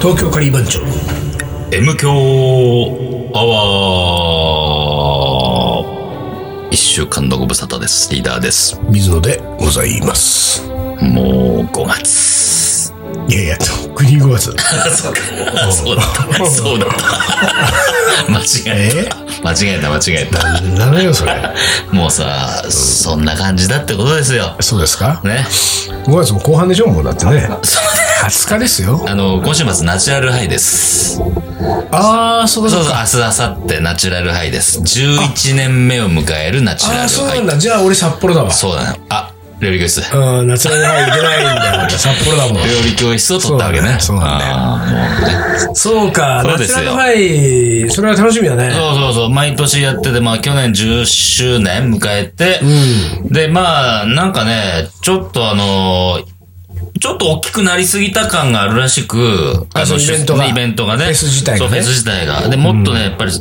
東京カリー番長 M 強アワー一週間のご無沙汰です。リーダーです。水野でございますもう5月。いやいや国5月そうか。そうだった。 そうだった。間違えた。間違えた、間違えた。なんなのよそれもうさ、そんな感じだってことですよ。 そうですかね。 5月も後半でしょもうだってね20日ですよあの、今週末ナチュラルハイです。そうああそうそう、だ明日、明後日ナチュラルハイです。11年目を迎えるナチュあラあそうなルんハイ。だじゃあ俺札幌だわそうだね。あ、料理教室。うん夏の前行けないんだよ俺札幌だもん料理教室を取ったわけね。そうなんだよあーそうかそう夏ですよの前それは楽しみだねそうそうそう、毎年やってて、まあ去年10周年迎えて、で、まあなんかね、ちょっとあのちょっと大きくなりすぎた感があるらしく、あそのイベントが出イベントがね。フェス自体がねそう、フェス自体が。で、もっとね、やっぱり、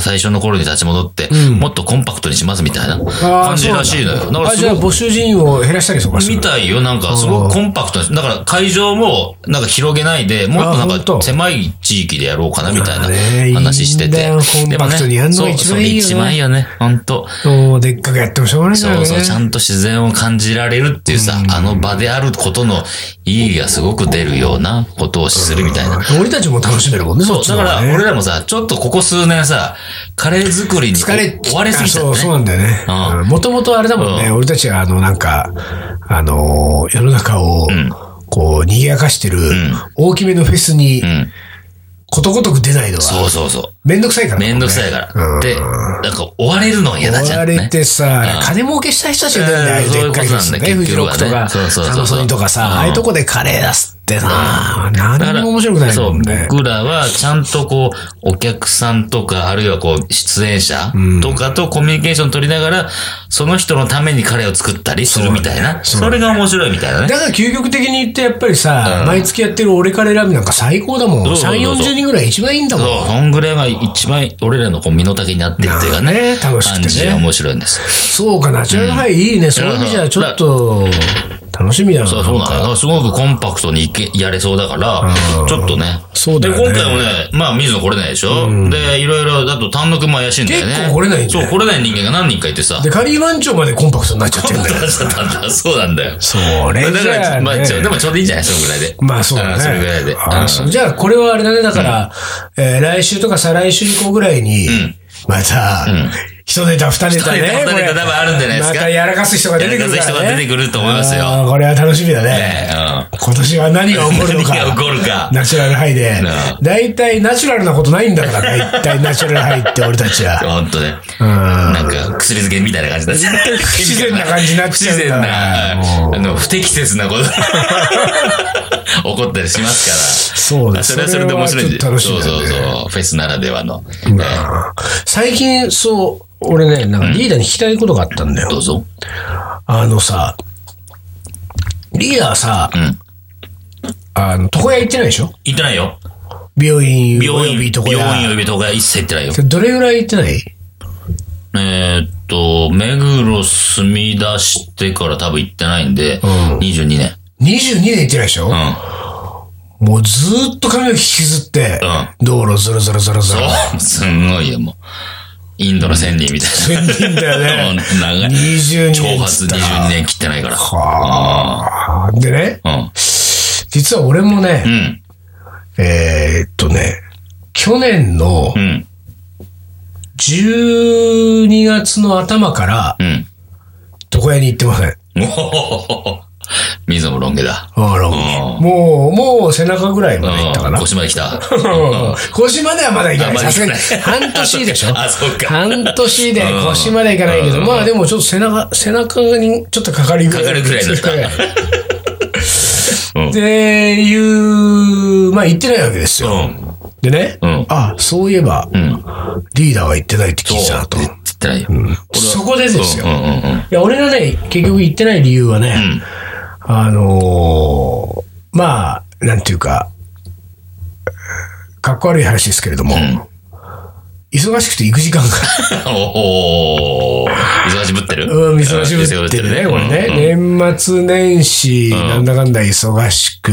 最初の頃に立ち戻って、もっとコンパクトにしますみたいなあ感じらしいのよ。あだからあすじゃあごく募集人員を減らしたりとかするみたいよ。なんか、すごくコンパクトです。だから、会場も、なんか広げないで、もっとあな本ん当か、狭い地域でやろうかな、みたいまあねな話していいんだてよ。コンパクトにやんのがでもね一番いいよねそうそれ一番いいよね。ほんと。そうでっかくやってもしょうがないんだそようねそう、ちゃんと自然を感じられるっていうさ、あの場であることの意義がすごく出るようなことをするみたいな。俺たちも楽しめるもんね、そそっう、ちのだ方からが、ね。俺らもさ、ちょっとここ数年さ、カレー作りに疲れ追われすぎちゃあそう、っそたうなんね。だよねうん。もともとあれだもんね、う俺たちはあの、なんか、あのー世の中を、こう、賑やかしてる、大きめのフェスにう、ん。ことごとく出ないのそは、うそうそう。めんどくさいから、めんどくさいから。で、なんか追われるのが嫌だ追じゃわん。ねれてさ、金儲けしたい人たちが出るんだよ、ああうんいうでっかいフェスそういうことなんだね。よフジロックとか、結局はねそうそうそうサムソニーとかさ、うんああいうとこでカレー出すってさ、何にも面白くないそもう、んね。僕らはちゃんとこう、お客さんとか、あるいはこう、出演者とかとコミュニケーション取りながら、その人のために彼を作ったりするみたいな。そうそれが面白いみたいなね。だから究極的に言ってやっぱりさ、毎月やってる俺カレーラビなんか最高だもん。そうそう3、そう40人ぐらい一番いいんだもそんう、。そんぐらいが一番俺らのこう身の丈になってるっていうかね、ね楽しくてね感じが面白いんです。そうか、ナチュラルハイいいね。そういう意味じゃちょっと、楽しみだな。そうそうなのだからすごくコンパクトにいけやれそうだから、ちょっとね。そうだよねで、今回もね、まあ、水野来れないでしょ、で、いろいろ、だと単独も怪しいんだよね。結構来れないんだそう、よ来れない人間が何人かいてさ。で、カリー番長までコンパクトになっちゃってる んだよ。そうなんだよ。それだじからゃあ、まあ、ちょねで。もちょうどいいんじゃないそのぐらいで。まあそうだんそれぐらねいで。。あうんそうじゃあ、これはあれだね。だから、えー来週とか再来週以降ぐらいに、また、一ネタ二ネタ一ネね。タ二ネタこれ多分あるんじゃないですかまたやらかす人が出てくるからね。やらかす人が出てくると思いますよあーこれは楽しみだね。ねえ今年は何が起こるのか。 何が起こるかナチュラルハイでな。大体ナチュラルなことないんだから、大体ナチュラルハイって俺たちうん。は。ほんとね。うん。なんか、薬漬けみたいな感じだし。不自然な感じになっちゃうんだな、あの、不適切なこと。 起こったりしますそうかでら。すそれはそれで面白いんちょで。っと楽しみだねそうそうそう。フェスならではの。ええ最近、そう、俺ね、なんかリーダーに聞きたいことがあったんだよ。どうぞ。あのさ、リーダーさ、んあの、床屋行ってないでしょ行ってないよ。病院、病および院、床病院屋。呼びとか一切行ってないよ。どれぐらい行ってないえーっと、目黒住み出してから多分行ってないんで、ん22年。 ?22 年行ってないでしょ、うん。もうずーっと髪を引きずって、道路ずるずるずるずる。おすんごいよ、もう。インドの仙人みたい全然だな。よもうね。 長い。 22年長っ髪つったら22年切ってないから。はあ。でね、うん。実は俺もねう、ん。えーっとね、去年のうん。 12月の頭からうん。床屋に行ってません。おお水野もロン毛だ。あら、もう、もう背中ぐらいまでいったかな。うん。うん腰まで来た。腰まではまだいかない。あまださいすかがに。ない半年でしょあそうか半年でうん腰までいかないけど、うんまあでもちょっと背中、背中にちょっとかかりぐらい。かかるぐらい だったうんで、いう、まあ言ってないわけですうよ。ん。でねうん、あ、そういえば、うん。リーダーは言ってないって聞いたなと。切ってないよ。そこでですようん。うんうん。いや、俺がね、結局言ってない理由はね、んあのーまあ、なんていうか、かっこ悪い話ですけれども、忙しくて行く時 間が。おお忙しぶってるうん、忙しぶってるね、これね。年末年始、なんだかんだ忙しく、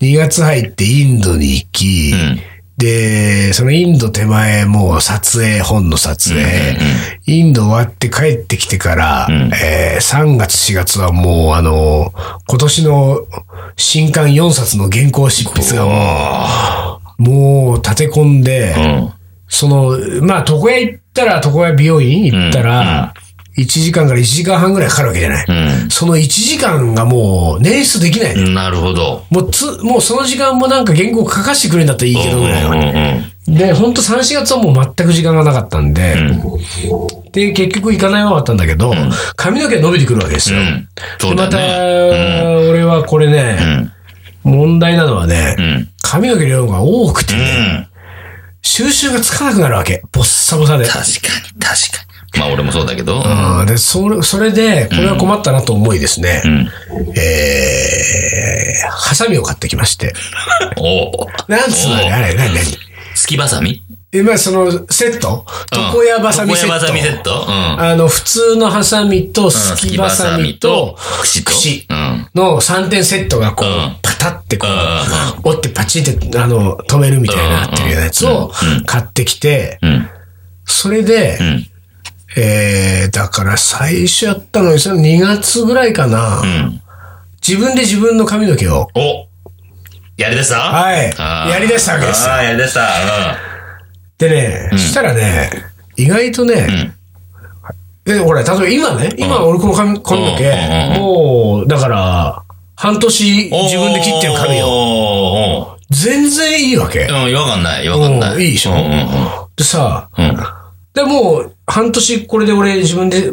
2月入ってインドに行き、んで、そのインド手前、もう撮影、本の撮影、インド終わって帰ってきてから、えー3月、4月はもう、あの、今年の新刊4冊の原稿執筆がもう、もう立て込んで、うん。その、まあ、床屋行ったら、床屋美容院行ったら、1時間から1時間半ぐらいかかるわけじゃない。うその1時間がもう、捻出できない。ん。なるほど。もうつ、もうその時間もなんか原稿書かしてくれるんだったらいいけどぐらいのうんうんで、ほんと3、4月はもう全く時間がなかったんで、で、結局行かないままだったんだけど、髪の毛が伸びてくるわけですよ。うん。そで、うだまた、ね。俺はこれね、問題なのはね、うん。髪の毛の量が多くて、うん。収集がつかなくなるわけ。ボッサボサで。確かに、確かに。まあ俺もそうだけど。うんで、それ、それで、これは困ったなと思いですね、んえー、ハサミを買ってきまして。おお。なんつうのあれ、あれ、なになに月ばさみえ、まあ、その、セット床屋バサミセッ床屋ト。ばさみセットうん。あの、普通のハサミと、すきバサミと、串と。串うん。の3点セットがこううん、パタってこうう、折ってパチンって、あの、止めるみたいになってるようなやつを買ってきて、うん。それでう、ん。えー、だから最初やったのに、その2月ぐらいかな、うん。自分で自分の髪の毛を、おやりだしたはいあーやりだしたわけですよああ、やりだした。でね、そしたらね、意外とね、で、ほら、例えば今ね、今俺この髪髪のうんうん毛、もう、だから、半年うん。自分で切ってる髪を、を。全然いいわけ。うん、違和感ない、違和感なうんい。いいでしょうんうんうん。でさ、うんでもう、半年これで俺自分で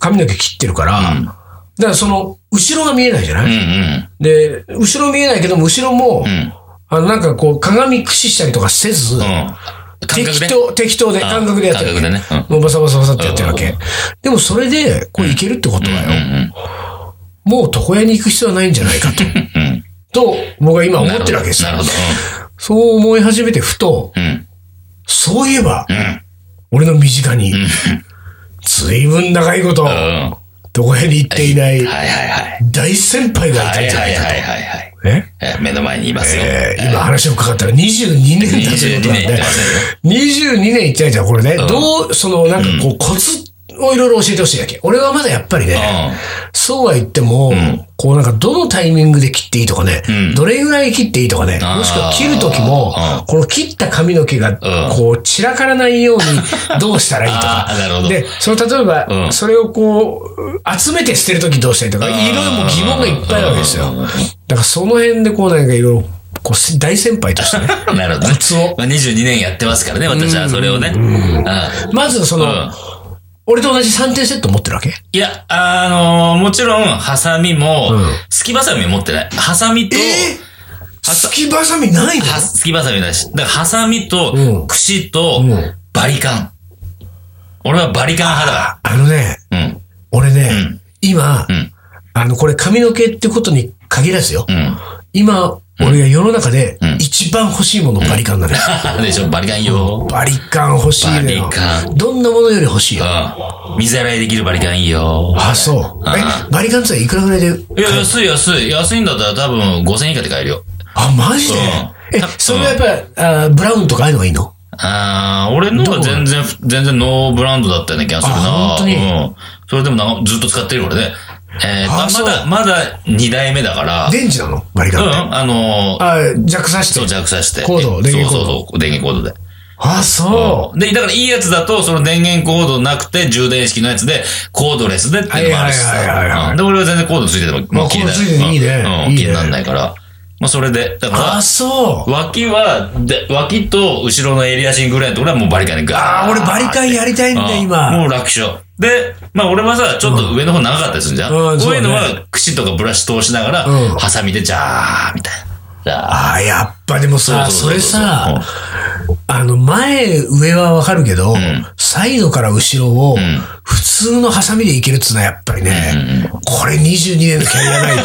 髪の毛切ってるから、うんだからその、後ろが見えないじゃない、うんで、後ろ見えないけども、後ろも、うん。うん。あの、なんかこう、鏡駆使したりとかせず、うん。感覚適で。当、適当で、あ感覚でやってるわけ。感覚でねもうバサバサバサってやってるわけ。でもそれで、これいけるってことうんはうよ、んもう床屋に行く必要はないんじゃないかと、うん。うん。と、僕は今思ってるわけですよなる。ほど。そう思い始めてふと、うん。うんそういえば、うん。俺の身近に、ずいぶん長いこと、うん。床屋に行っていないはいはいはい。大先輩がいたはんいじゃはないいかはいはいはい。と。ねえー目の前にいますよ。えー今話を伺ったら22年だということなん22で年行ってませ、 22年いっちゃうじゃん、これね。どう、その、なんかこう、コツをいろいろ教えてほしいだけ。俺はまだやっぱりね、そうは言っても、こうなんかどのタイミングで切っていいとかね、んどれぐらい切っていいとかね、あーもしくは切る時もう、この切った髪の毛が、んこう散らからないよう にどうしたらいいとかあーなるほ。どで、その例えば、うんそれをこう、集めて捨てる時どうしたらいいとか、いーろいろもう疑問がいっぱいあるわけですようだん。からその辺でこうなんかいろいろ、こうせ大先輩としてね。うん。なるほどね。コツをまあ22年やってますからね、私はそれをね。 うんまずその、うん俺と同じ3点セット持ってるわけいや、あのー、もちろん、ハサミもうん、すきばさみ持ってない。ハサミと、すきばさみないのはすきばさみだし。だから、ハサミうんと、串とうん、バリカン。俺はバリカン派だあのね、から。俺ね、ん今、んあの、これ髪の毛ってことに限らずよ。うん。うん。今、俺が世の中でん一番欲しいものバリカンなのよ。 でしょ、バリカンよ。バリカン欲しいのよバリカ。どんなものより欲しいよ。うん。水洗いできるバリカンよ。あ、そう。え、バリカンっていくらぐらいでいや、安い安い。安いんだったら多分5000円以下で買えるよ。あ、マジでうんえ、それはやっぱ、あブラウンとかああいうのがいいのあー、俺のは全然、全然ノーブランドだったような気がするな。あ本当にうん。それでもなずっと使ってるよ俺ね。えー、あまそうまだ、まだ2代目だから。電池なのバリうん、カンって。あのー、あ、弱さしてそう弱さして。コードえ電源コードそうそうそう、電源コードで。あ、そう。で、だからいいやつだと、その電源コードなくて、充電式のやつで、コードレスでっていうのもあるしはいはいはいはいはいさ。うんで、俺は全然コードついてても、まあもう気にならコードついてていいねういいんうねん、気にならないから。まあ、それで、だからあ、、そう。脇は、で、脇と後ろのエリアシングぐらいのところはもうバリカンにガーあー、俺バリカンやりたいんだ、うん今。もう楽勝。で、まあ俺はさ、ちょっと上の方長かったりするじゃん。うんうんこういうのそは、串とかブラシ通しながら、うんハサミでジャーみたいな。ジャーあ、やっぱでもさ、それさ、、あの、前、上はわかるけど、サイドから後ろを、普通のハサミでいけるっつうのはやっぱりね、これ22年のキャリアない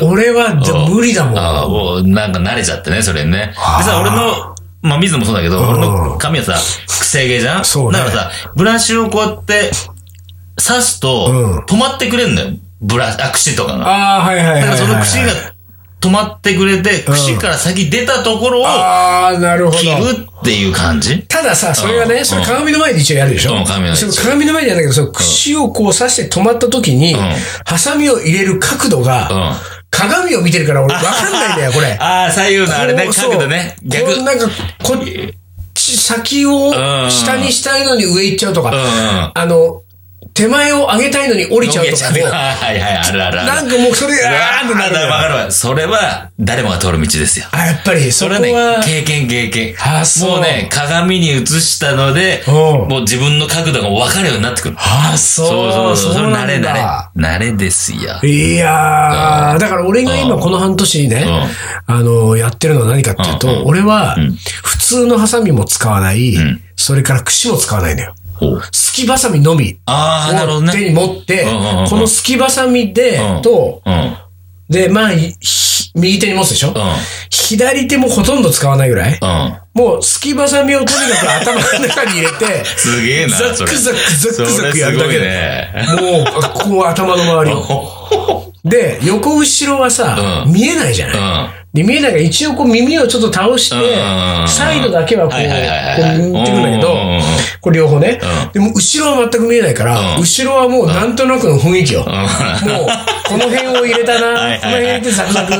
と、俺はで無理だもん。ああ、もうなんか慣れちゃってね、それね。であーさ、俺のまあ、水野もそうだけど、うん俺の髪はさ、癖毛じゃんそうねだからさ、ブラシをこうやって、刺すうんと、止まってくれんのよ。ブラシ、あ、櫛とかが。ああ、はいはいはいだかはらい。その櫛が止まってくれて、櫛から先出たところをああ、なるほど。切るっていう感じたださ、それはうね、んそれ鏡の前で一応やるでしょうん鏡の前でその鏡の前でやるんだけど、その櫛をこう刺して止まった時に、んハサミを入れる角度うん。が、あ鏡を見てるから俺わかんないんだよ、これ。あ、左右のあれね、こう角度ね。そう逆。こうなんか、こっち、先を下にしたいのに上行っちゃうとか、うんあの、手前を上げたいのに降りちゃうとか、もう はいはい、あるあるある。なんかもうそれ、あーってなるのわかよ。るわ。それは、誰もが通る道ですよ。あ、やっぱり、そそこれははね、経験経験。あそうもうね、鏡に映したので、うんもう自分の角度が分かるようになってくる。あ、そう。そうそうそう。それな慣れんだ慣れ。慣れですよ。いやー、だから俺が今この半年ね、あの、やってるのは何かっていうと、うんうん俺はん、普通のハサミも使わない、んそれから櫛も使わないのよ。ほうすきばさみのみああ、なるほどを手にね。持って、うんうんうんこのすきばさみで、うんと、うん。で、まあ、ひ右手に持つでしょ、うん。左手もほとんど使わないぐらい、うん。もうすきばさみをとにかく頭の中に入れて、 すげえな。ザッそクれザックザックザックやるだけそれすごいで、もね。う、ここは頭の周りを。で、横後ろはさ、うん見えないじゃない、うで、見えないから一応こう耳をちょっと倒してうんうんう、んサイドだけはこう、こはいはいはいはいう見てくんだけどうんうんうん、これ両方ねう。んでも後ろは全く見えないから、うん後ろはもうなんとなくの雰囲気よ。もう、ん。この辺を入れた はいはいはな、いこの辺入れてザクザク、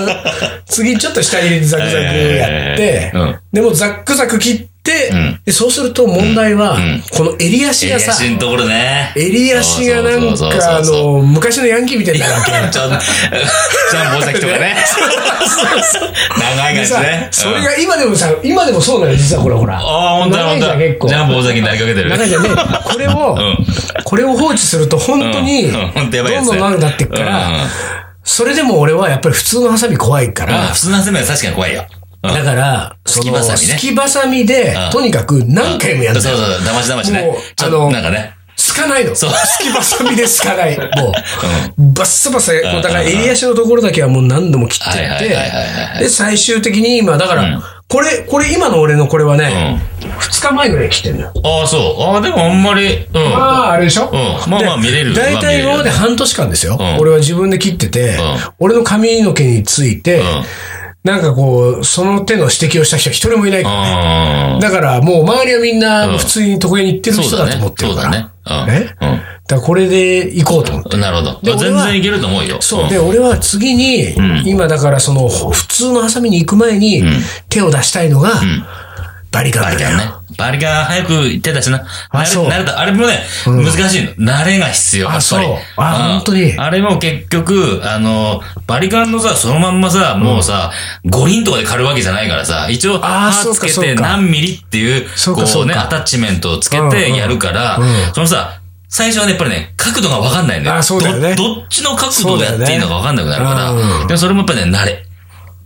次ちょっと下入れてザクザクやってはいはいはいはいうん、でもザクザク切ってん、でそうすると問題はん、この襟足がさ、のところね。襟足がなんそうそうか、そあうそうの、昔のヤンキーみたいになるわけ。 ちょん、ちょん坊崎とかね。で長い 感じさね。、それが今でもさ、今でもそうなのよ、実はこれほら。ああ、ほんとだほ長んいとじゃだ。ん結構。ジャンボ大崎に投げかけてる。長いじゃんね。これ を、これを放置すると本当に、うんうんほんとやばいやどんつどん悪くなっていくから、それでも俺はやっぱり普通のハサミ怖いかうんうんら普、通の攻めは確かに怖いよ。うんだから、そきの、ばさみすねきばさみでう、んとにかく何回もやるんだそよ。うそうそう、だましだましもうね。ちょっあのと、なんかね。すかないの。すそうきばさみですか ない。もう、バッサバサ、こうだから襟足のところだけはもう何度も切っていっはいはいはいはいはて、で、最終的に今、だかうんら、これ、これ今の俺のこれはね、2日前ぐらい切ってんのよ。ああ、そう。ああ、でもあんまり、うん。まあ、あれでしょうんまあまあで見れる大まあ見体れる今まで半年間ですよ。ん俺は自分で切ってて、ん俺の髪の毛について、んなんかこう、その手の指摘をした人は一人もいないから、あーだからもう周りはみんな普通に床屋に行ってるそう人だだとね思っ。てるそうかだら。ね。うんねだからこれで行こうと思って。うん。なるほど。で俺全は然いけると思うよ。そう。んで、俺は次に、今だからその、ほ普通のハサミに行く前に、手を出したいのが、バリカンバだリよカン。ね。バリカン早く手出しな。慣れそう慣れた。あれもね、難しいの。慣れが必要。あやっぱりそうあうん本当にあれも結局、あの、バリカンのさ、そのまんまさ、もうさ、五輪とかで刈るわけじゃないからさ、一応、あー刃つけそうかそてうか何ミリっていう、そうかこそううね、かアタッチメントをつけうんうんてやるからうん、そのさ、最初はね、やっぱりね、角度がわかんないんだよ。あそうだよねどどっちの角度でやっていいのかわかんなくなるそうだよねうから。んでもそれもやっぱりね、慣れ。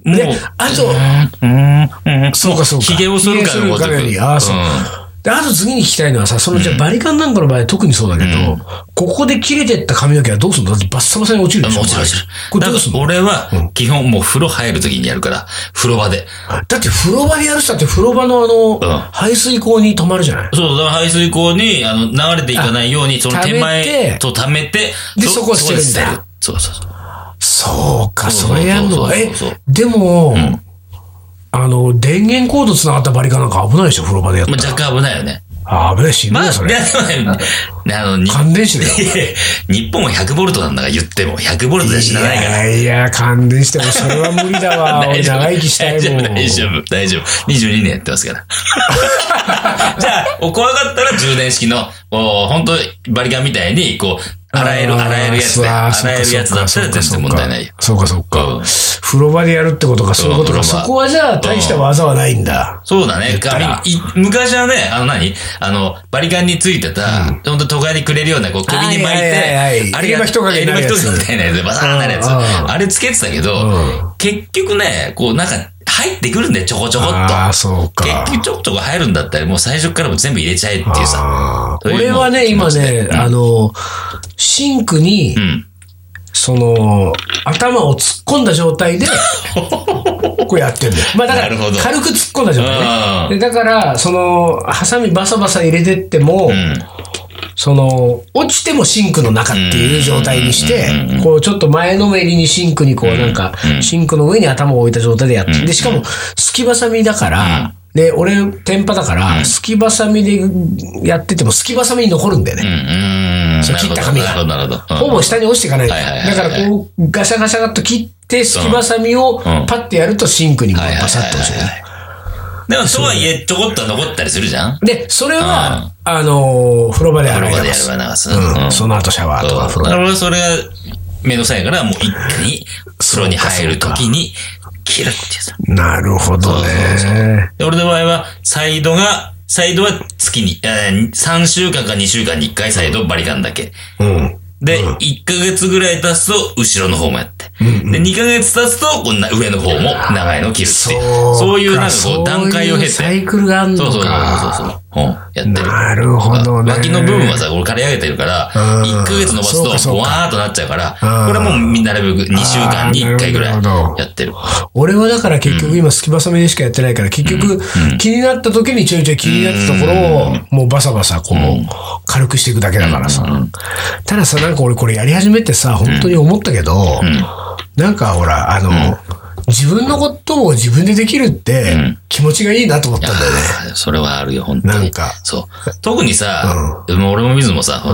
もでう、、あと、うん、うん、そうかそうか。髭を剃るか髭のをご剃とるくかのように。ああ、そう。で、あと次に聞きたいのはさ、そのじゃあバリカンなんかの場合特にそうだけど、ここで切れてった髪の毛はどうするのだってバッサバサに落ちるでしょもちろん、もちろんこれどうすだるからの俺は、基本もう風呂入るときにやるから、風呂場で。だって風呂場でやる人だって風呂場のあの、ん排水口に止まるじゃないそう、だから排水口に、あの、流れていかないように、その手溜め前てと溜めて、でそそこを捨てるんだそこで捨てるそうそうそう。そうか、そうそれやるのそうそうえそうそう、でも、あの、電源コード繋がったバリカンなんか危ないでしょ風呂場でやったまらあ、若干危ないよね。あ、危ないし、まあ、ね、でそもれ。ね、あの、に乾電子だよ。日本は100ボルトなんだから言っても、100ボルトで死なないから。やいや、感電してもそれは無理だわ。俺 大丈夫長生きしたいもん。大丈夫、大丈夫。22年やってますから。 じゃあ、お怖かったら充電式の、お本当バリカンみたいに、こう、洗える、あー洗えるやつで、あー洗えるやつだったら全然問題ないよ。そうか、そううんか。風呂場でやるってことか、そういうことうか。ん風そ呂場こはじゃあ、大した技はないんだ。そうだね。ったら髪い昔はね、あの何あの、バリカンについてた、ほんと都会にくれるような、こう、首に巻いはいはいはいはいて、襟巻きとかに襟なる巻やきつとかみたいなやつでバサーンなるやつ。うんうんあれつけてたけど、うん結局ね、こう、なんか、入ってくるんだよ、ちょこちょこっと。ああ、そうか結。局ちょこちょこ入るんだったら、もう最初からもう全部入れちゃえっていうさ。あーという俺はね、のを今聞きましね、あの、シンクにう、ん。その、頭を突っ込んだ状態 で、こうやってんだよ。まあだかなら、るほど軽く突っ込んだ状態ね。うでだから、その、ハサミバサバサ入れてっても、うん。その、落ちてもシンクの中っていう状態にしてうんうんうんう、こうちょっと前のめりにシンクにこうなんかうんう、んシンクの上に頭を置いた状態でやって、うんで、しかも、すきばさみだかうんら、で、俺、天パだから、すきばさみでやってても、すきばさみに残るんだようね。ん。うん。そう切った髪がなるほど、なるほど。ほぼ下に落ちていかない。はいはいはいはだいから、こう、ガシャガシャガッと切って、すきばさみをんパッてやるとシンクにこうバサッと落ちるはいはいはい。でも、とはいえ、ちょこっと残ったりするじゃんで、それは、あのー、風呂場で洗い風呂場で流やれす。ば流す。うん。その後シャワーとか風呂だからそれがめんどくさいから、もう一気に風呂に入るときに切るってやつ。なるほどね。で俺の場合は、サイドが、サイドは月に、えー3週間か2週間に1回サイドバリカンだけ。うん。で、1ヶ月ぐらい経つと後ろの方もやって。で、2ヶ月経つと、こんな上の方も長いの切るっていう。そういうなんかこう段階を経て。そういうサイクルがあんそうのそうそうそうか。そう。うん、やってる。なるほどね。脇の部分はさ、俺刈り上げてるから、うん1ヶ月伸ばそうかすと、そうボかワーっとなっちゃうから、んこれはもうなるべく2週間に1回ぐらあーいなるほどやってる。俺はだから結局今、すきばさみでしかやってないから、結局、気になった時にちょいちょい気になったところを、もうバサバサこう、軽くしていくだけだからさ。たださ、なんか俺これやり始めてさ、本当に思ったけど、なんかほら、あの、自分のことを自分でできるって、気持ちがいいなと思ったんだよね。あーそれはあるよ、本当に。なんかそう。特にさ、もう俺も水もさ、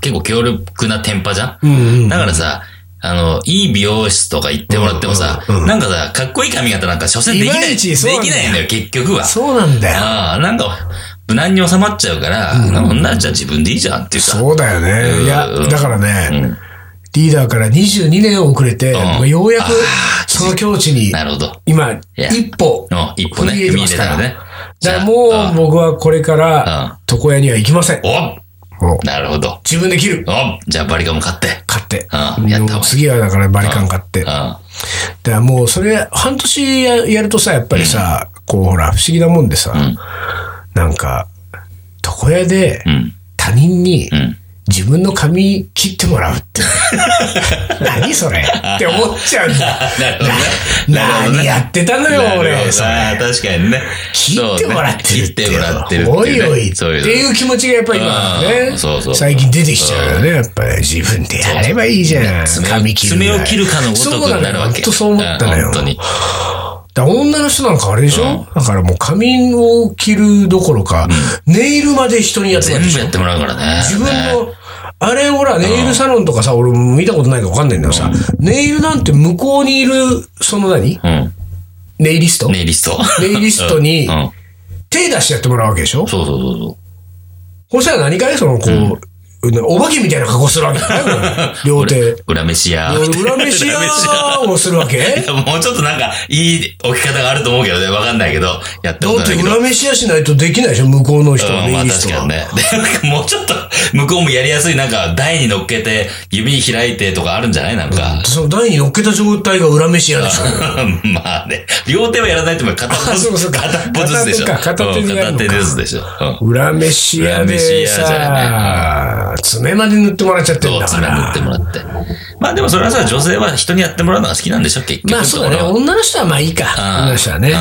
結構強力なテンパじゃん、んだからさ、あの、いい美容室とか行ってもらってもさ、なんかさ、かっこいい髪型なんか、所詮できないまいい、でちそうなんだきよないんだよ、結局は。そうなんだよ。ああ、なんか、無難に収まっちゃうから、こんなんじゃ自分でいいじゃんっていうさ。そうだよね。いや、だからね、リーダーから22年遅れて、もうようやくあーその境地に、なるほど。今、や一歩うん、一歩ね、踏み入れてますから。踏み入れたらね。だからじゃあもう僕はこれから、床屋には行きません。もうおなるほど。自分で切る。おじゃあバリカンも買って。買ってうんやった方がいい。もう次はだからバリカン買って。うだかん。らもうそれ半年ややるとさ、やっぱりさ、こうほら、不思議なもんでさ、んなんか、床屋でうん。他人にん自分の髪切ってもらうっ て。何それって思っちゃうんだ。なるほどね。何やってたのよ、なるほど俺。それああ、確かにね。切ってもらってるそうね切ってもらってるっておいいうね。おいってそういうの。いう気持ちがやっぱり今うねんそうそう最近出てきちゃうよねやっぱり自分でやればいいじゃん爪を髪切る爪を切るかのごとくなるわけ。本当そう思ったのうんよ本当に。だから女の人なんかあれでしょだからもう髪を切るどころかネイルまで人にやってもらうで全し部ょやってもらうからね。自分ねのあれほらネイルサロンとかさ俺も見たことないから分かんないんだけどさネイルなんて向こうにいるその何ネイリストうん。ネイリスト。ネイリストにうん。手出してやってもらうわけでしょそうそうそうそう。そしたら何かね、その、こう、お化けみたいな格好するわけだよ ね、これ両手。裏飯屋。裏飯 屋をするわいけやもうちょっとなんか、いい置き方があると思うけどね。わかんないけど。やっただことっなていけど。裏飯屋しないとできないでしょ、向こうの人は、うん、まネイあリス確トかはに。ね。で、なんかもうちょっと、向こうもやりやすい、なんか、台に乗っけて、指開いてとかあるんじゃないなんか。その台に乗っけた状態が裏飯屋でしょ。 まあね。両手はやらないと思う片っあぽそうかそうずつ。か片っぽずつでしょ。片手か片手うんになるの片か手ですでしょ。うん。裏飯屋で裏飯屋じゃさ、爪まで塗ってもらっちゃってんそう、だか爪塗らって。もらって。まあでもそれはさ、女性は人にやってもらうのが好きなんでしょ結局まあのそとうこだね、ろは。女の人はまあいいか、女の人はね。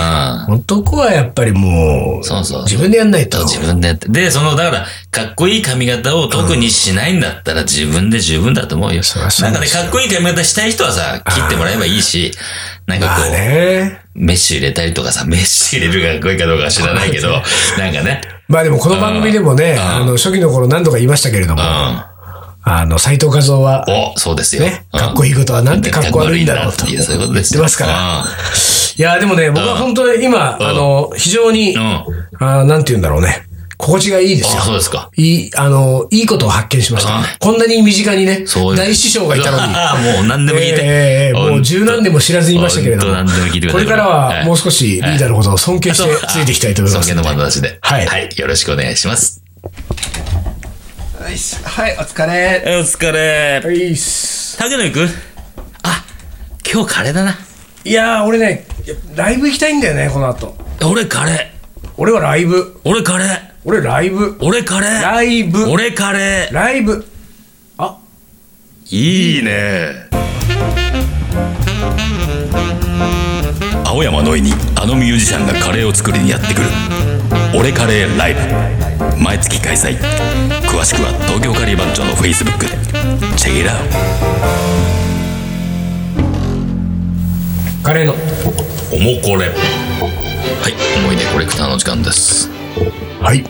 男はやっぱりもうそうそう、自分でやんないと。自分でやって。で、その、だから、かっこいい髪型を特にしないんだったら自分で十分だと思うよ。りゃそうなんでかね、かっこいい髪型したい人はさ、切ってもらえばいいし、なんかこまあう、ね。メッシュ入れたりとかさ、メッシュ入れるがかっこいいかどうかは知らないけど、なんかね、まあでもこの番組でもね、あの、初期の頃何度か言いましたけれども、あの、斎藤和夫は、お、そうですよ。ね、うんかっこいいことはなんてかっこ悪いんだろうと。い言や、そういうことですってよますから。いや、でもね、僕は本当に今、あの、非常にうん。、うん。あーなんて言うんだろうね、心地がいいですあ、よ。そうですか。いい、あの、いいことを発見しましたうん。こんなに身近にね、そういう大師匠がいた のに。ああ、 もう何でも聞いて。ええええもう十何年も知らずにいましたけれども、ほんと何でも聞いてくだこれさいからはもう少しリーダーのことを尊敬してはいついていきたいと思います。尊敬の眼差しで。はいはい。よろしくお願いします。はい、お疲れ。お疲れ。はいっす。竹野行くあ、今日カレーだな。いやー、俺ね、ライブ行きたいんだよね、この後。俺カレー。俺はライブ。俺カレー。俺ライブ。俺カレー。ライブ。俺カレライブ。ー。いいね。青山のいにあのミュージシャンがカレーを作りにやってくる「俺カレーライブ」毎月開催詳しくは東京カリー番長の Facebook でチェックイラーカレーのおもこれ。はい思い出コレクターの時間ですはい。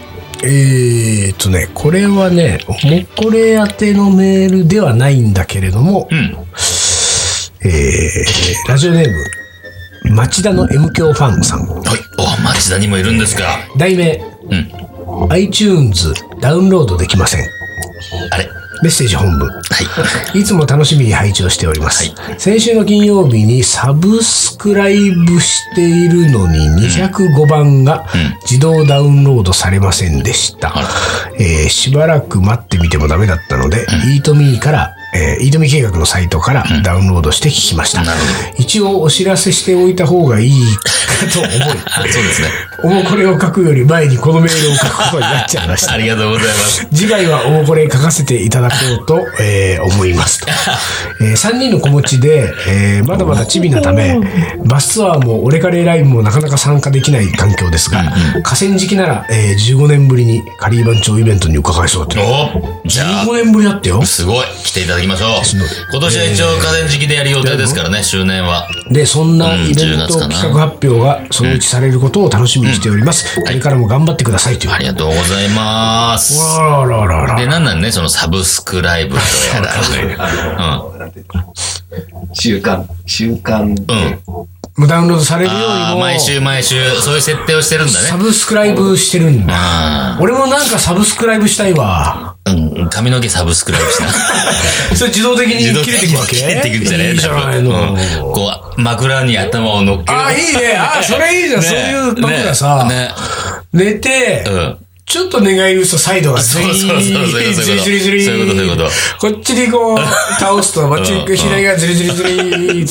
えー、っとね、これはね、もうこれ宛てのメールではないんだけれども、うん。えー、ラジオネーム、町田の M 教ファンさん。はい。お、町田にもいるんですか。題名、うん。 iTunes ダウンロードできません。あ れ。メッセージ本文。はい。いつも楽しみに配置をしております。先週の金曜日にサブスクライブしているのに205番が自動ダウンロードされませんでした。えーしばらく待ってみてもダメだったので、イートミーから、えーイートミー計画のサイトからダウンロードして聞きました。なる一応お知らせしておいた方がいいかと思い、 あそうですね。おもこれを書くより前にこのメールを書くことになっちゃいましたあ。りがとうございます。次回はおもこれ書かせていただこう と、えー思いますと、え3人の子持ちで、えーまだまだチビなためバスツアーもオレカレーライブもなかなか参加できない環境ですが、河川敷なら、えー15年ぶりにカリー番長イベントに伺いそうっておじゃあ15。年ぶりだってよすごい来ていただきましょう今年は一応河川敷でやる予定ですからね周年はでそんなうんイベン10月トかな企画発表がそのうちされることを楽しみにしております、これからも頑張ってくださいという、ありがとうございますあららららでなんなんねそのサブスクライブとやらうん習慣、習慣で、うんもうダウンロードされるようにああも毎週毎週そういう設定をしてるんだサねブスクライブしてるんだあ俺もなんかサブスクライブしたいわ。あうん髪の毛サブスクライ ブしなそれ自動的に自動切れてくわけ切れてくんじゃねいいじゃないの。うんこう枕に頭を乗っけるあ、いいね。あ、それいいじゃん。ねそういう番組はさ、ね寝て、ねうんちょっと願い嘘サイドがズリーンそうそうそうそういうことズリズリズリそういうことそういうことこっちにこう、倒すと、こっちに左がズリズリズリー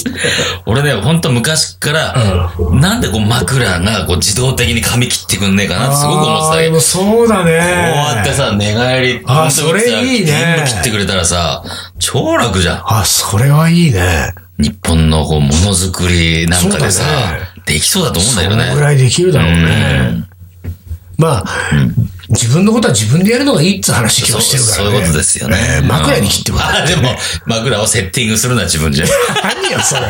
俺ね、ほんと昔から、なんでこう枕がこう自動的に髪切ってくんねえかなってすごく思ってたあーけでど、もこそうだうやってね。さ、寝返り、あーそれいいね全部切ってくれたらさ、超楽じゃん。あ、それはいいね。日本のこう、ものづくりなんかでさそうだね、できそうだと思うんそだよのぐね。らいできるだろうね。まあ、自分のことは自分でやるのがいいって話今日してるかそうらね。いうことですよね。えー枕に切ってもらうあ あ、でも、枕をセッティングするのは自分 じゃん。何よ、それ。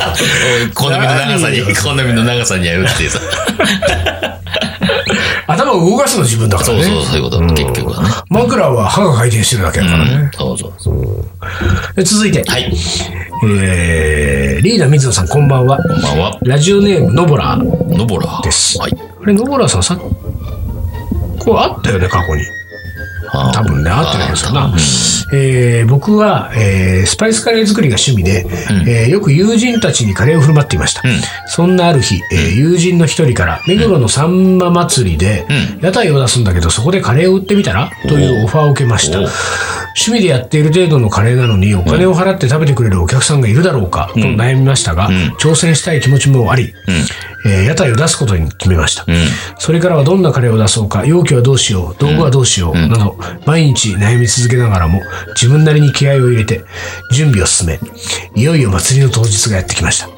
好みの長さに、何好みの長さにやるっていうさ。頭を動かすの自分だからそね。うそう、そういうこと、結局はね。枕は歯が回転してるだけだからね。うん、そうそうそう。で続いて、はい、えー、リーダー水野さんこんばんは。こんばんは。ラジオネーム、のぼら。あのぼら。ですはい。れ、のぼらさん、さこれあったよね、過去に。あー多分ね、あってないですよな。えー僕は、えースパイスカレー作りが趣味で、えーよく友人たちにカレーを振る舞っていました。そんなある日、えー友人の一人から、目黒のさんま祭りで、屋台を出すんだけど、そこでカレーを売ってみたらというオファーを受けました。趣味でやっている程度のカレーなのに、お金を払って食べてくれるお客さんがいるだろうかと悩みましたが、挑戦したい気持ちもあり、えー屋台を出すことに決めました。それからはどんなカレーを出そうか、容器はどうしよう、道具はどうしよう、など、毎日悩み続けながらも、自分なりに気合を入れて、準備を進め、いよいよ祭りの当日がやってきました。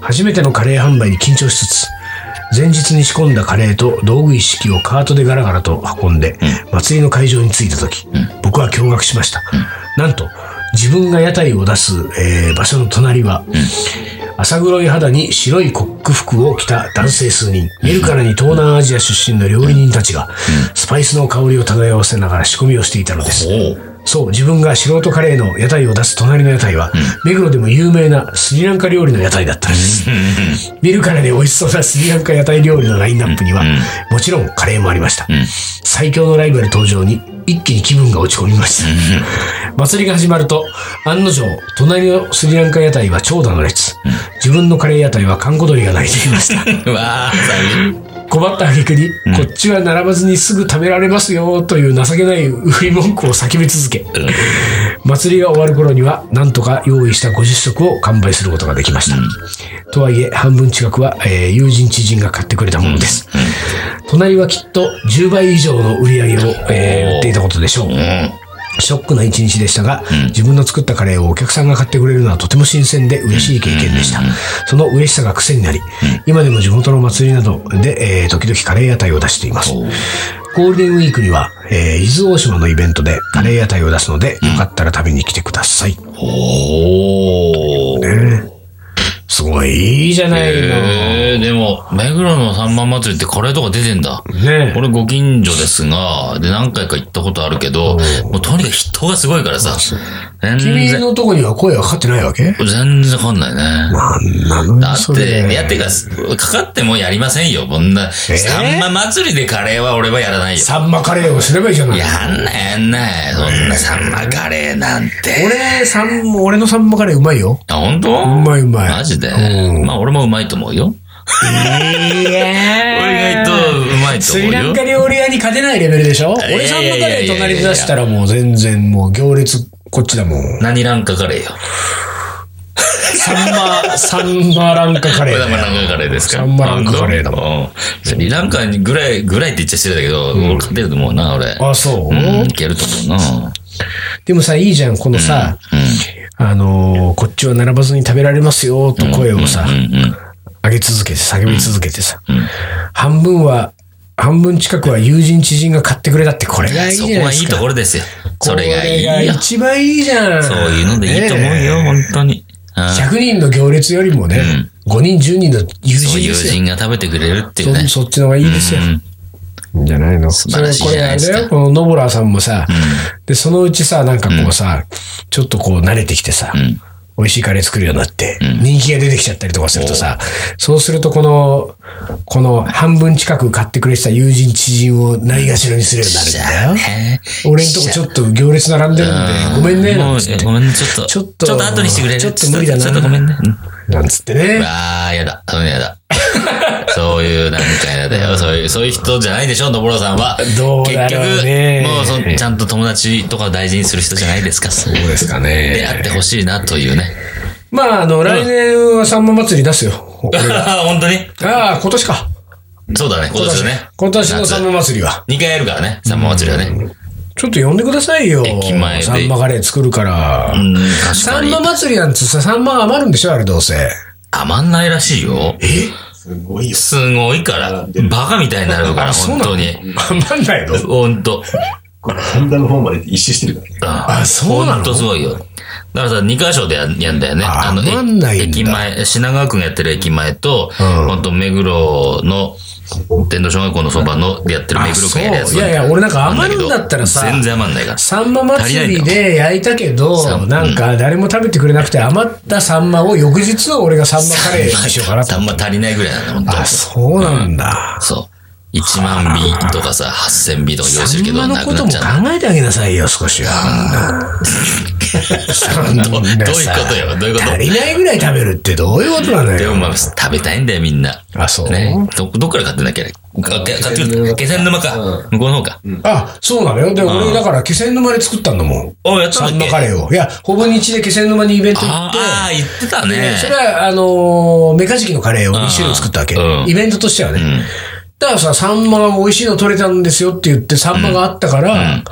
初めてのカレー販売に緊張しつつ、前日に仕込んだカレーと道具一式をカートでガラガラと運んで、祭りの会場に着いた時、僕は驚愕しました。なんと、自分が屋台を出す、えー場所の隣は、浅黒い肌に白いコック服を着た男性数人、見るからに東南アジア出身の料理人たちが、スパイスの香りを漂わせながら仕込みをしていたのです。おうそう、自分が素人カレーの屋台を出す隣の屋台は、目黒でも有名なスリランカ料理の屋台だったのです。見るからに美味しそうなスリランカ屋台料理のラインナップには、もちろんカレーもありました。最強のライバル登場に、一気に気分が落ち込みました。祭りが始まると、案の定、隣のスリランカ屋台は長蛇の列。自分のカレー屋台は閑古鳥が鳴いていま した。うわあ、困った挙句に、こっちは並ばずにすぐ食べられますよという情けない売り文句を叫び続け、祭りが終わる頃には、なんとか用意した50食を完売することができました。とはいえ、半分近くは、えー友人知人が買ってくれたものです。隣はきっと10倍以上の売り上げを、えー売っていたことでしょう。ショックな一日でしたが、自分の作ったカレーをお客さんが買ってくれるのはとても新鮮で嬉しい経験でした。その嬉しさが癖になり、今でも地元のお祭りなどで、えー時々カレー屋台を出しています。ゴールデンウィークには、えー伊豆大島のイベントでカレー屋台を出すので、よかったら食べに来てください。おー。すごい、いいじゃないの。えー、でも、目黒の三万祭りってカレーとか出てんだ。ねえ俺ご近所ですが、で何回か行ったことあるけど、もうとにかく人がすごいからさ、全君然、のとこには声がかかってないわけ全然わかんないね。なんなのだよ、っそて、れ。いやってか、かかってもやりませんよ、こんな。さんま祭りでカレーは俺はやらないよ。サンマカレーをすればいいじゃない。やんないやんない。そんなさんまカレーなんて。俺、サンマ、俺のサンマカレーうまいよ。あ、本当うまいうまいマジでう。んまあ俺もうまいと思うよ。いや俺意外とうまいとス思リうランよカ。料理屋に勝てないレベルでしょやいやい俺サやいンやマカレー隣で出したらもう全然もう行列こっちだもん。何ランカカレーよ。サンマ、サンマランカカこレーれだはまあランよ。カカレーですかサンマランカカレーだもん。もん。リランカにぐらい、ぐらいって言っちゃ失礼だけど、俺勝てると思うな、俺。あ、そう、うん、いけると思うな。でもさ、いいじゃん、このさ、あのーこっちは並ばずに食べられますよ、と声をさ、うんうん。上げ続けて、下げ続けてさ、半分は、半分近くは友人知人が買ってくれたって、これがいいじそゃこないはでいすいか。ところですよ。それがいいこれよが。一番いいじゃん。そういうのでいいと思うよ、ねえ本当に。うん100人の行列よりもね、5人、10人の友そう人友ですよ。人が食べてくれるっていうそね。そっちの方がいいですよ。いいんじゃないのそ晴れらしいこじれゃなあいれですかだよ、このノボラーさんもさ、で、そのうちさ、なんかこうさ、ちょっとこう慣れてきてさ、美味しいカレー作るようになって、人気が出てきちゃったりとかするとさ、そうするとこの、この半分近く買ってくれてた友人知人をないがしろにするようになるんだよ。ね俺んとこちょっと行列並んでるんで、ごめんね、もなんうつって。ごめんね、ちょっと。ちょっと後にしてくれる。ちょっと無理だなちょっとごめんね。うんなんつってね。ああ、やだ。そういうのやだ。そういう、なんかやだよ。そういう、そういう人じゃないでしょ、のぼろさんは。どうだろうね結局、もうその、ちゃんと友達とかを大事にする人じゃないですか。そうどうですかねであってほしいな、という ね。まあ、あの、来年はさんま祭り出すよ。本当にああ、今年か。そうだね、今年だね。今年のさんま祭りは。 2回やるからね、サンマ祭りはね。ちょっと呼んでくださいよ。駅前でサンマカレー作るから。うん、確サかンにマ。祭りなんつさ、サンマ余るんでしょあれどうせ。余んないらしいよ。すごいよ。すごいから。バカみたいになるから、本当に。余んないの本当。これ、ホンダの方まで一周してるからね。あそうなのほんとすごいよ。だからさ、2箇所でややんだよね。あの、え余んないんだ駅前、品川区がやってる駅前と、うんほんと目黒の、天童小学校のそばのでやってる目黒区がやるやつあそういやいや俺なんか余るんだったらさ全然余んないから。サンマ祭りで焼いたけ足ど、りなないんか誰も食べてくれなくて余ったサンマを翌日は俺がサンマカレーにしようかなとあ。んま足りないぐらいなの、ほんと。あ、そうなんだ。そう。1万尾とかさ、8000尾とか用意すサるけンど、マのなくこなとっもち考ゃうの。えてあげなさいよ、少しは。そんなさどういうことよどういうこと足りないぐらい食べるってどういうことなのでもよ。まあ、食べたいんだよ、みんな。あ、そう。ね。ど、どっから買ってんだっけあれあけ買ってる。気仙沼か。向こうの方か。あ、そうなのよ。で、俺、だから気仙沼で作ったんだもん。おやったサんンだマっけカレーを。いや、ほぼ日で気仙沼にイベント行って、ああ、言ってたでね。それは、あのーメカジキのカレーを2種類作ったわけう。んイベントとしてはね。だからさ、サンマが美味しいの取れたんですよって言って、サンマがあったから、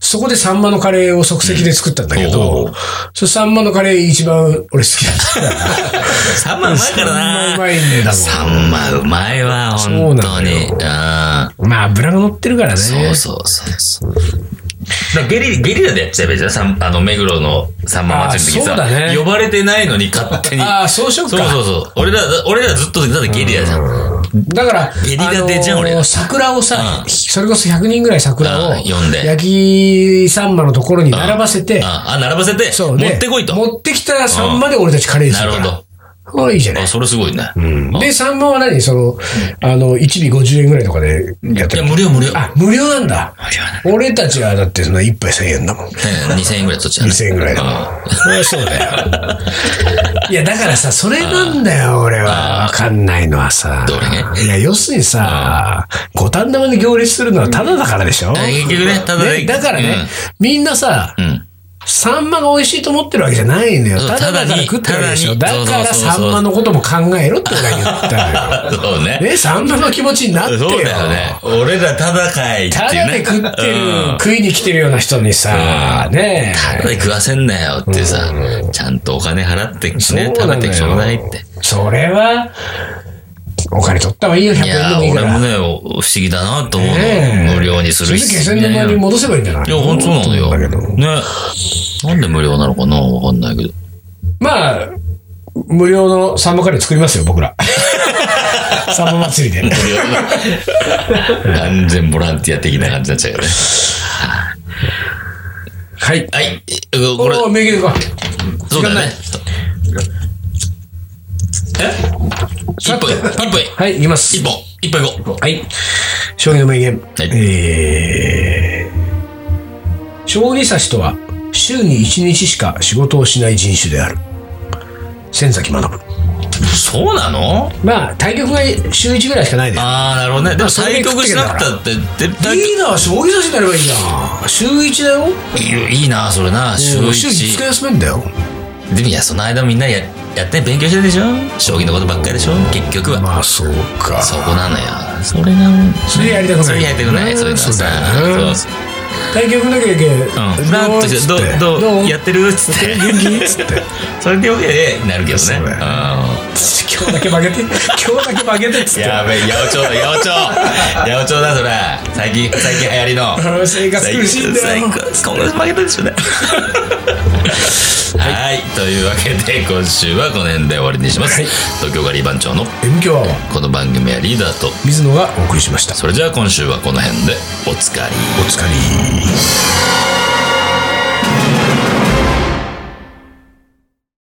そこでサンマのカレーを即席で作ったんだけうんおど、それサンマのカレー一番俺好きだったから。 サンマうまいからサンマな。うまいんだもんサンマうまいわ、そう本な当のに。ようん。まあ、油が乗ってるからね。そうそうそうそう。だからゲリゲリラでやっちゃえばいいじゃんサン。あの、目黒のサンマ祭りの時あーそうださ、ね呼ばれてないのに勝手に。ああ、そうしようそうか。そうそう。俺ら、俺らずっと、だってゲリラじゃん。だから、ゲリラ出ちゃうあの俺ら桜をさ、うんそれこそ100人ぐらい桜を、うん呼んで焼きサンマのところに並ばせて、ああ、並ばせて、そう持ね。ってこいと。持ってきたサンマで俺たちカレーにすなるるから。ほど。ほど。いいじゃないあ、。それすごいね。あで、サンマは何その、あの、1尾50円ぐらいとかでやっいてや、る。無料無料。あ、無料なんだ。俺たちはだってその1杯1000円だもん。うん2000円ぐらい取っちゃうね。 2000円ぐらいだもん。そりゃそうだよ。いや、だからさ、それなんだよ、俺は。わかんないのはさ。どれねいや、要するにさ、五反田まで行列するのはタダだからでしょあ結局ね、ただねだからね、みんなさ、うん。うん。サンマが美味しいと思ってるわけじゃないのよ。そうただだかただらに食ってるわけでしょ。ただだにからそうそうそうサそうンマのことも考えろって俺は言ったのよ。そうね。ね、サンマの気持ちになってそよ。うだよね。俺らただかいってたいうだね。で食ってる、うん食いに来てるような人にさ、うんねえただで食わせんなよっていうさ、ちゃんとお金払ってね、そう食なんだべてよちょうだいって。それは、お金取った方がいいよ、100い円でやもいー、いか俺ら。もね、お不思議だなと思うねの。え無料にそするれで気仙沼にい戻せばいいんじゃないや、ほんとなのよ。だけどね。なんで無料なのかなわかんない けど。まあ、無料のサンマカレー作りますよ、僕ら。 サンマ祭りで。無料完全ボランティア的な感じになっちゃうよね。はい。はい。えここれれ、、名言か。そうだよね。え一歩、一歩へ、はい、いきます一。歩、一歩行こう。はい。将棋の名言。いえー将棋指しとは、週に1日しか仕事をしない人種である。千崎学。そうなのまあ、対局が週1ぐらいしかないです。ああ、なるほどね。でもそれ対で食っ局てしけばいいなんだかくらたって、で対リーダー将棋指しになればいいじゃん。週1だよ。いいいいな、それな。週週一5日。休めんだよ。でもいや、その間みんなややって勉強してるでしょ将棋のことばっかりでしょ結局は。まあ、そうか。そこなのよ。それが、それやりたくないそれやりたくない。そういうのはそうさだよ。ねそう対局だけだけ、そう。うん。なんとして、どう、どう、やってるっつって。元気っつって。それで OK で、なるけどね。そうだよねう今日だけ負 けて、今日だけ負けてっつっん。て。やべえ、八百長だ、八百長八百長だ、それ。最近、最近流行りの。うん生活苦しいんだ最よ高。今月負けたでしょうねはい、というわけで今週はこの辺で終わりにします、はい東京ガリバン長の M 強アワー、この番組はリーダーと水野がお送りしました。それじゃあ今週はこの辺でおつかりお疲れ。